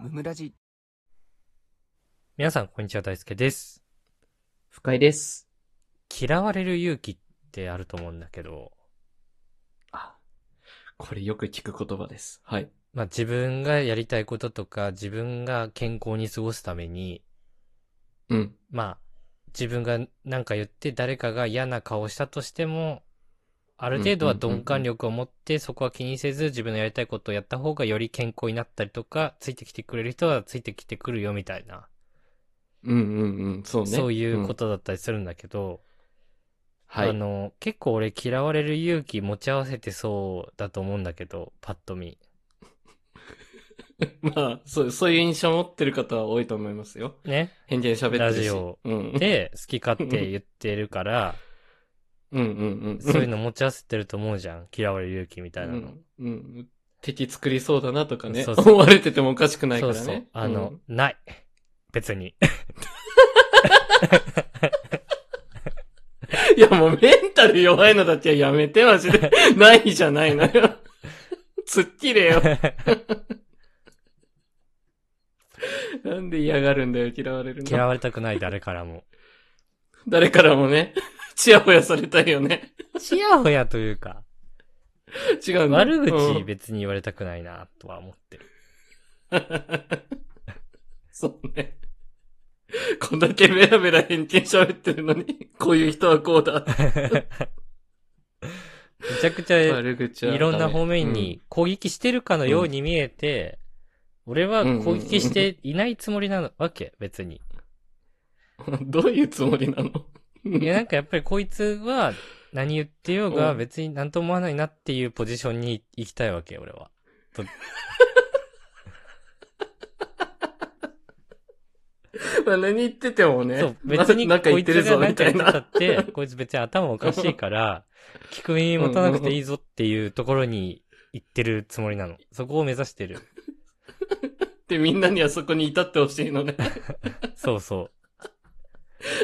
ムムラジ皆さん、こんにちは、大輔です。不快です。嫌われる勇気ってあると思うんだけど、あ、これよく聞く言葉です。はい。まあ自分がやりたいこととか、自分が健康に過ごすために、うん。まあ自分が何か言って誰かが嫌な顔したとしても、ある程度はうんうんうんうん鈍感力を持って、そこは気にせず自分のやりたいことをやった方がより健康になったりとか、ついてきてくれる人はついてきてくるよみたいな、うんうんうん。そうね。。そういうこととだったりするんだけど、はい。あの、結構俺嫌われる勇気持ち合わせてそうだと思うんだけど、パッと見。まあ、そう、そういう印象を持ってる方は多いと思いますよ。ね。偏見喋ってるし。ラジオうん。で、 好き勝手言ってるから、うんうんうん。そういうの持ち合わせてると思うじゃん。嫌われる勇気みたいなの。うん。うん。敵作りそうだなとかね。そうそう思われててもおかしくないかそらうね。そう。あの、ない。別に。 うんいやもうメンタル弱いのだけはやめて、マ ジで。ないじゃないのよ。つっき れよ。なんで嫌がるんだよ、嫌われるの。嫌われたくない誰からも。誰からもね、ちやほやされたいよね。ちやほやというか、違うんだ悪う口ん別に言われたくないな、とは思ってる。そうね。こんだけベラベラ偏見喋ってるのに、こういう人はこうだ。めちゃくちゃ悪口はいダメ。ろんな方面に攻撃してるかのように見えて、俺は攻撃していないつもりなわけ、別に。うん、どういうつもりなのいや、なんかやっぱりこいつは何言ってようがうん別に何とも思わないなっていうポジションに行きたいわけ、俺は。まあ何言っててもね。そう、別になこんか言っいてつるがぞ、み何かた言いってたなっ。て、こいつ別に頭おかしいから、聞く耳持たなくていいぞっていうところに行ってるつもりなの。そこを目指してる。で、みんなにはそこに至ってほしいのね。 そうそ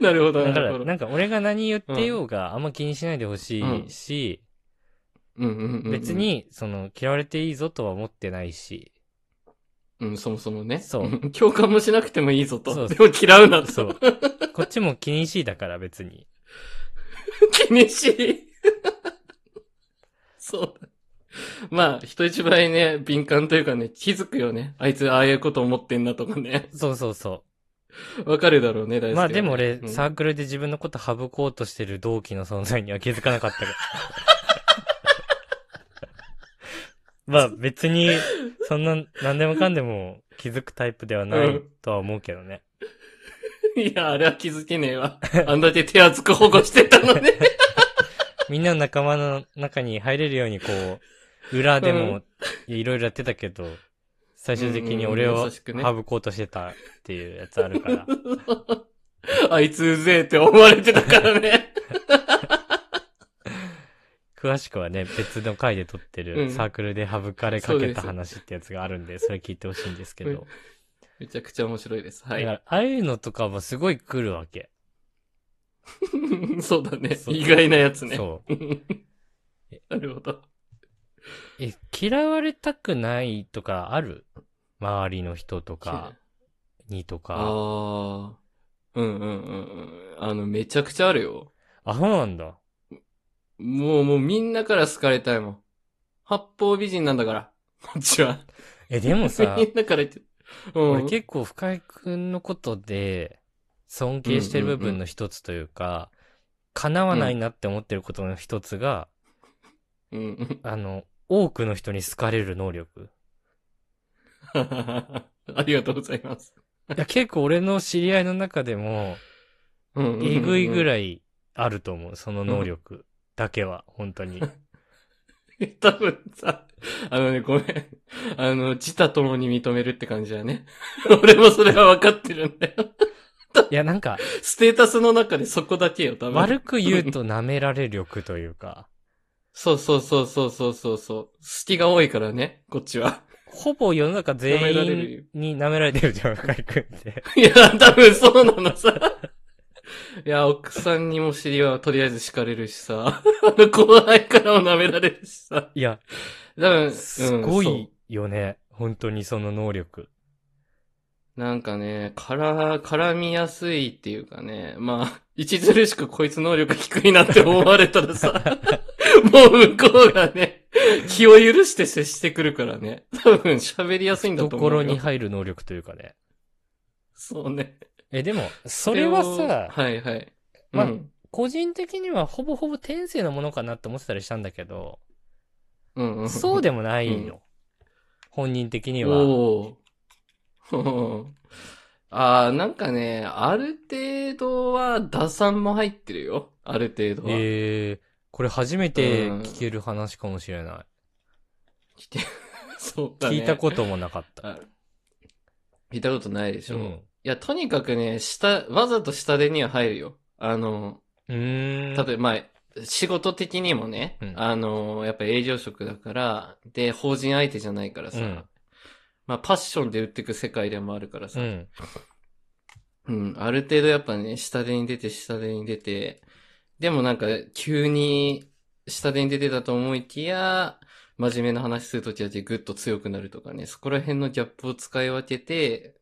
う。なるほど、だ なかるら、ほど。なんか俺が何言ってようがあんま気にしないでほしいし、うんうんうんうん別、に、その、嫌われていいぞとは思ってないし、うん、そもそもね。。そうん共感もしなくてもいいぞそと。うでも嫌うなと。 そう。こっちも気にしいだから別に。気にし い。そうだ。まあ、人一倍ね、敏感というかね、気づくよね。あいつああいうこと思ってんなとかね。 そうそうそわかるだろうね、大好き、う。まあでも俺、うんサークルで自分のこと省こうとしてる同期の存在には気づかなかった から。まあ別に、そんな、何でもかんでも気づくタイプではなういんとは思うけどね。 いや、あれは気づけねえわ。 あんだけ手厚く保護してたのね。みんなの仲間の中に入れるようにこう、裏でもいろいろやってたけど、最終的に俺うんうんを優しくね省こうとしてたっていうやつある から。 あいつうぜえって思われてたからね。 詳しくはね、別の回で撮ってうるんサークルで省かれかけたそう話ってやつがあるんで、それ聞いてほしいんですけど。めちゃくちゃ面白いです。はだからい。ああいうのとかもすごい来るわけ。 そうだね。そう意外なやつね。そう。なるほど。え、嫌われたくないとかある周りの人とかにとか。ああー。うんうんうんうん。あの、めちゃくちゃあるよ。あ、そうなんだ。もうもうみんなから好かれたいもん。八方美人なんだから。こっちは。え、でも さ、みんなから言って。うん。俺結構深井くんのことで尊敬してる部分の一つというか、叶わないなって思ってることの一つが、うんうん。 あの、多くの人に好かれる能力。ありがとうございます。いや、結構俺の知り合いの中でも、うんえぐいぐい。らいあると思う。その能力だけは、本 当に。多分さ、あのね、ごめん。あの、自他ともに認めるって感じだね。 俺もそれは分かってるんだよ。いや、なんか、ステータスの中でそこだけよ、多分。悪く言うと舐められ力というか、そうそうそうそうそうそうそう。隙が多いからね、こっちは。ほぼ世の中舐めら全れ員るに舐められてるじゃん、深井くんって。 いや、多分そうなのさ。いや、奥さんにも尻はとりあえず敷かれるしさ。あ の後輩からも舐められるしさ。いや、多分、うんすごそういよね。本当にその能力。なんかね、から、絡みやすいっていうかね、まあ、著しくこいつ能力低いなって思われた らさ、もう向こうがね、気を許して接してくるからね、多分喋りやすいんだと思うよ。懐に入る能力というかね。そうね。え、でも、それはさ、はいはい。まあうん。個人的にはほぼほぼ天性のものかなって思ってたりしたんだけど、うんうん、そうでもないの。う本人的には。おお。 ああ、なんかね、ある程度は打算も入ってるよ。ある程度は。えー、これ初めて聞ける話かもしれない。来てそうだね。聞いたこともなかった。あ聞いたことないでしうょ。んいや、とにかくね、下、わざと下手には入るよ。あの、うーん。例えば、まあ、仕事的にもね、うんあの、やっぱ営業職だから、で、法人相手じゃないからさ、うんまあ、パッションで売ってく世界でもあるからさ、うん。うん、ある程度やっぱね、下手に出て、下手に出て、でもなんか、急に、下手に出てたと思いきや、真面目な話するときだけぐっと強くなるとかね、そこら辺のギャップを使い分けて、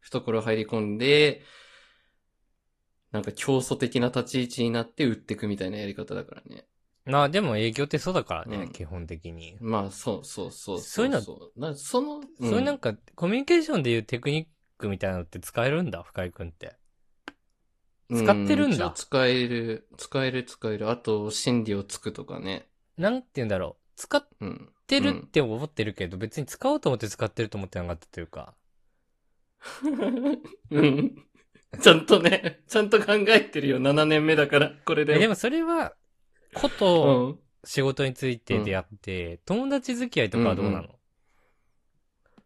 懐入り込んで、なんか競争的な立ち位置になって売ってくみたいなやり方だからね。まあでも営業ってそうだからね、うん基本的に。まあ、そうそうそうそういうのそうなその、うんそういうなんか、コミュニケーションでいうテクニックみたいなのって使えるんだ、深井くんって。使ってるんだう一応使える、使える使える。あと、心理をつくとかね。なんて言うんだろう。使っうん。てるって思ってるけど、別に使おうと思って使ってると思ってなかったというか。うん。ちゃんとね、ちゃんと考えてるよ。7年目だから、これえで。でもそれは、こと仕事についてであって、友達付き合いとかはどうなの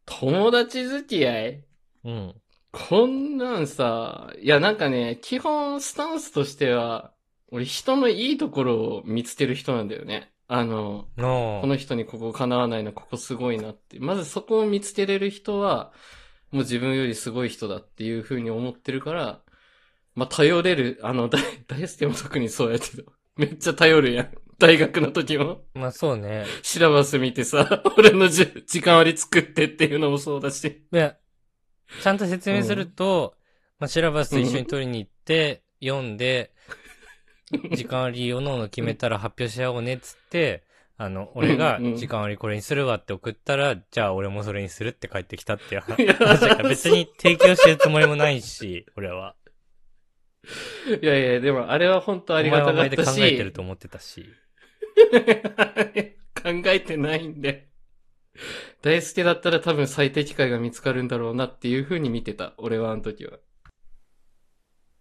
友達付き合いうん、こんなんさ、いやなんかね、基本スタンスとしては、俺人のいいところを見つける人なんだよね。あの、のこの人にここ叶わないな、ここすごいなって。まずそこを見つけれる人は、もう自分よりすごい人だっていう風に思ってるから、まあ、頼れる、あの、大、大輔も特にそうやけど、めっちゃ頼るやん。大学の時も、まあそうね。シラバス見てさ、俺のじゅ時間割作ってっていうのもそうだし。 いや、ちゃんと説明すると、まあ、シラバスと一緒に取りに行って、読んで、時間割おのおの決めたら発表し合おうねっつって、あの、俺がうんうん時間割これにするわって送ったら、じゃあ俺もそれにするって帰ってきたっていう話いやだから別に提供してるつもりもないし、俺は。いやいや、でもあれは本当ありがたおか前はお前っでた考し。えてると思ってたし。考えてないんで。大輔だったら多分最適解が見つかるんだろうなっていう風に見てた。俺はあの時は。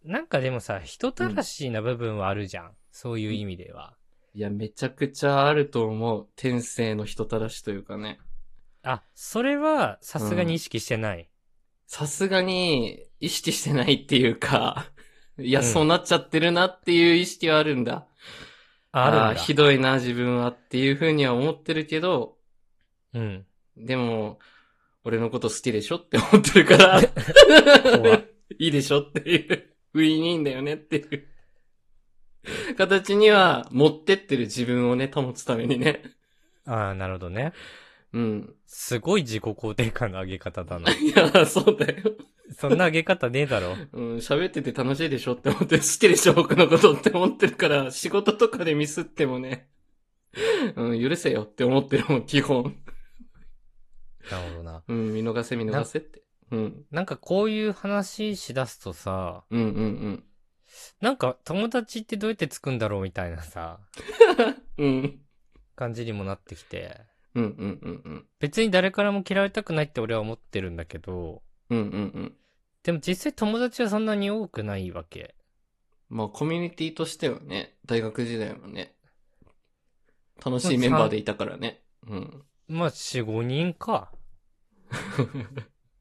なんかでもさ、人たらしな部分はあるじゃん。そういう意味では。いや、めちゃくちゃあると思う。天性の人たらしというかね。あ、それはさすがに意識してない。さすがに意識してないっていうか、いや、うんそうなっちゃってるなっていう意識はあるんだ。あるんだーひどいな、自分はっていう風には思ってるけど、うん。でも、俺のこと好きでしょって思ってるから、怖いいいでしょっていう、ウィンいいんだよねっていう。形には持ってってる自分をね、保つためにね。ああ、なるほどね。うん。すごい自己肯定感の上げ方だな。 いや、そうだよ。そんな上げ方ねえだろ。うん、喋ってて楽しいでしょって思って、好きでしょ僕のことって思ってるから、仕事とかでミスってもね、うん、許せよって思ってるもん、基本。なるほどな。うん、見逃せ見逃せって。うん、なんかこういう話しだすとさ、うん、うん、なんか友達ってどうやってつくんだろうみたいなさ、うん。うん、感じにもなってきて。うん、うん、うん、うん。別に誰からも嫌われたくないって俺は思ってるんだけど、うんうんうん。でも実際友達はそんなに多くないわけ。まあコミュニティとしてはね、大学時代もね、楽しいメンバーでいたからね。うん。まあ、4、5人か。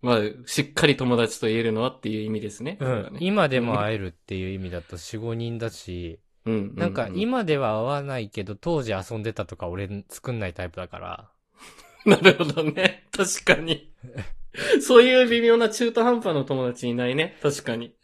まあ、しっかり友達と言えるのはっていう意味ですね。うそれはん。ね今でも会えるっていう意味だと4、5人だし、うんうんうんなんか、今では会わないけど、当時遊んでたとか俺作んないタイプだから。なるほ どね。確かに。そういう微妙な中途半端の友達いないね。確かに。